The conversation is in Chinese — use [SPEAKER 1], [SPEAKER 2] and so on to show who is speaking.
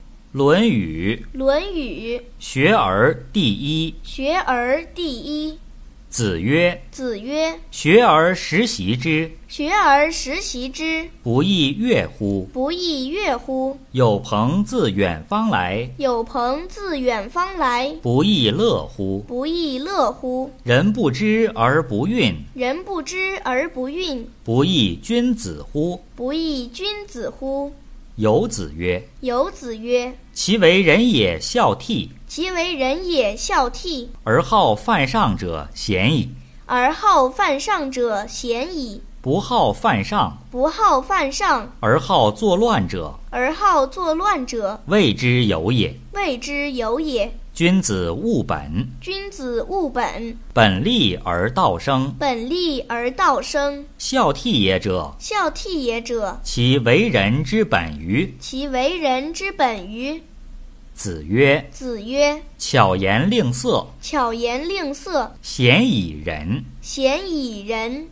[SPEAKER 1] 《论语
[SPEAKER 2] 《论语
[SPEAKER 1] ·学而第一》
[SPEAKER 2] ·学而第一》。
[SPEAKER 1] 子曰
[SPEAKER 2] 子曰：“
[SPEAKER 1] 学而时习之，：“
[SPEAKER 2] 学而时习之，
[SPEAKER 1] 不亦说乎？
[SPEAKER 2] 不亦说乎？
[SPEAKER 1] 有朋自远方来，
[SPEAKER 2] 有朋自远方来，
[SPEAKER 1] 不亦乐乎？
[SPEAKER 2] 不亦乐乎？
[SPEAKER 1] 人不知而不愠，
[SPEAKER 2] 人不知而不愠，
[SPEAKER 1] 不亦君子乎？”
[SPEAKER 2] 不亦君子乎？”
[SPEAKER 1] 有子曰
[SPEAKER 2] 有子曰：“
[SPEAKER 1] 其为人也孝悌，：“
[SPEAKER 2] 其为人也孝悌，
[SPEAKER 1] 而好犯上者鲜矣；
[SPEAKER 2] 而好犯上者鲜矣；
[SPEAKER 1] 不好犯上
[SPEAKER 2] 不好犯上
[SPEAKER 1] 而好作乱者，
[SPEAKER 2] 而好作乱者，
[SPEAKER 1] 谓之有也。
[SPEAKER 2] 谓之有也。
[SPEAKER 1] 君子务本，
[SPEAKER 2] 君子务本，
[SPEAKER 1] 本立而道生。
[SPEAKER 2] 本立而道生。
[SPEAKER 1] 孝悌也者，
[SPEAKER 2] 孝悌也者，
[SPEAKER 1] 其为人之本与？”
[SPEAKER 2] 其为人之本与？”
[SPEAKER 1] 子曰
[SPEAKER 2] 子曰：“
[SPEAKER 1] 巧言令色，：“
[SPEAKER 2] 巧言令色，
[SPEAKER 1] 鲜矣仁。”
[SPEAKER 2] 鲜矣仁。”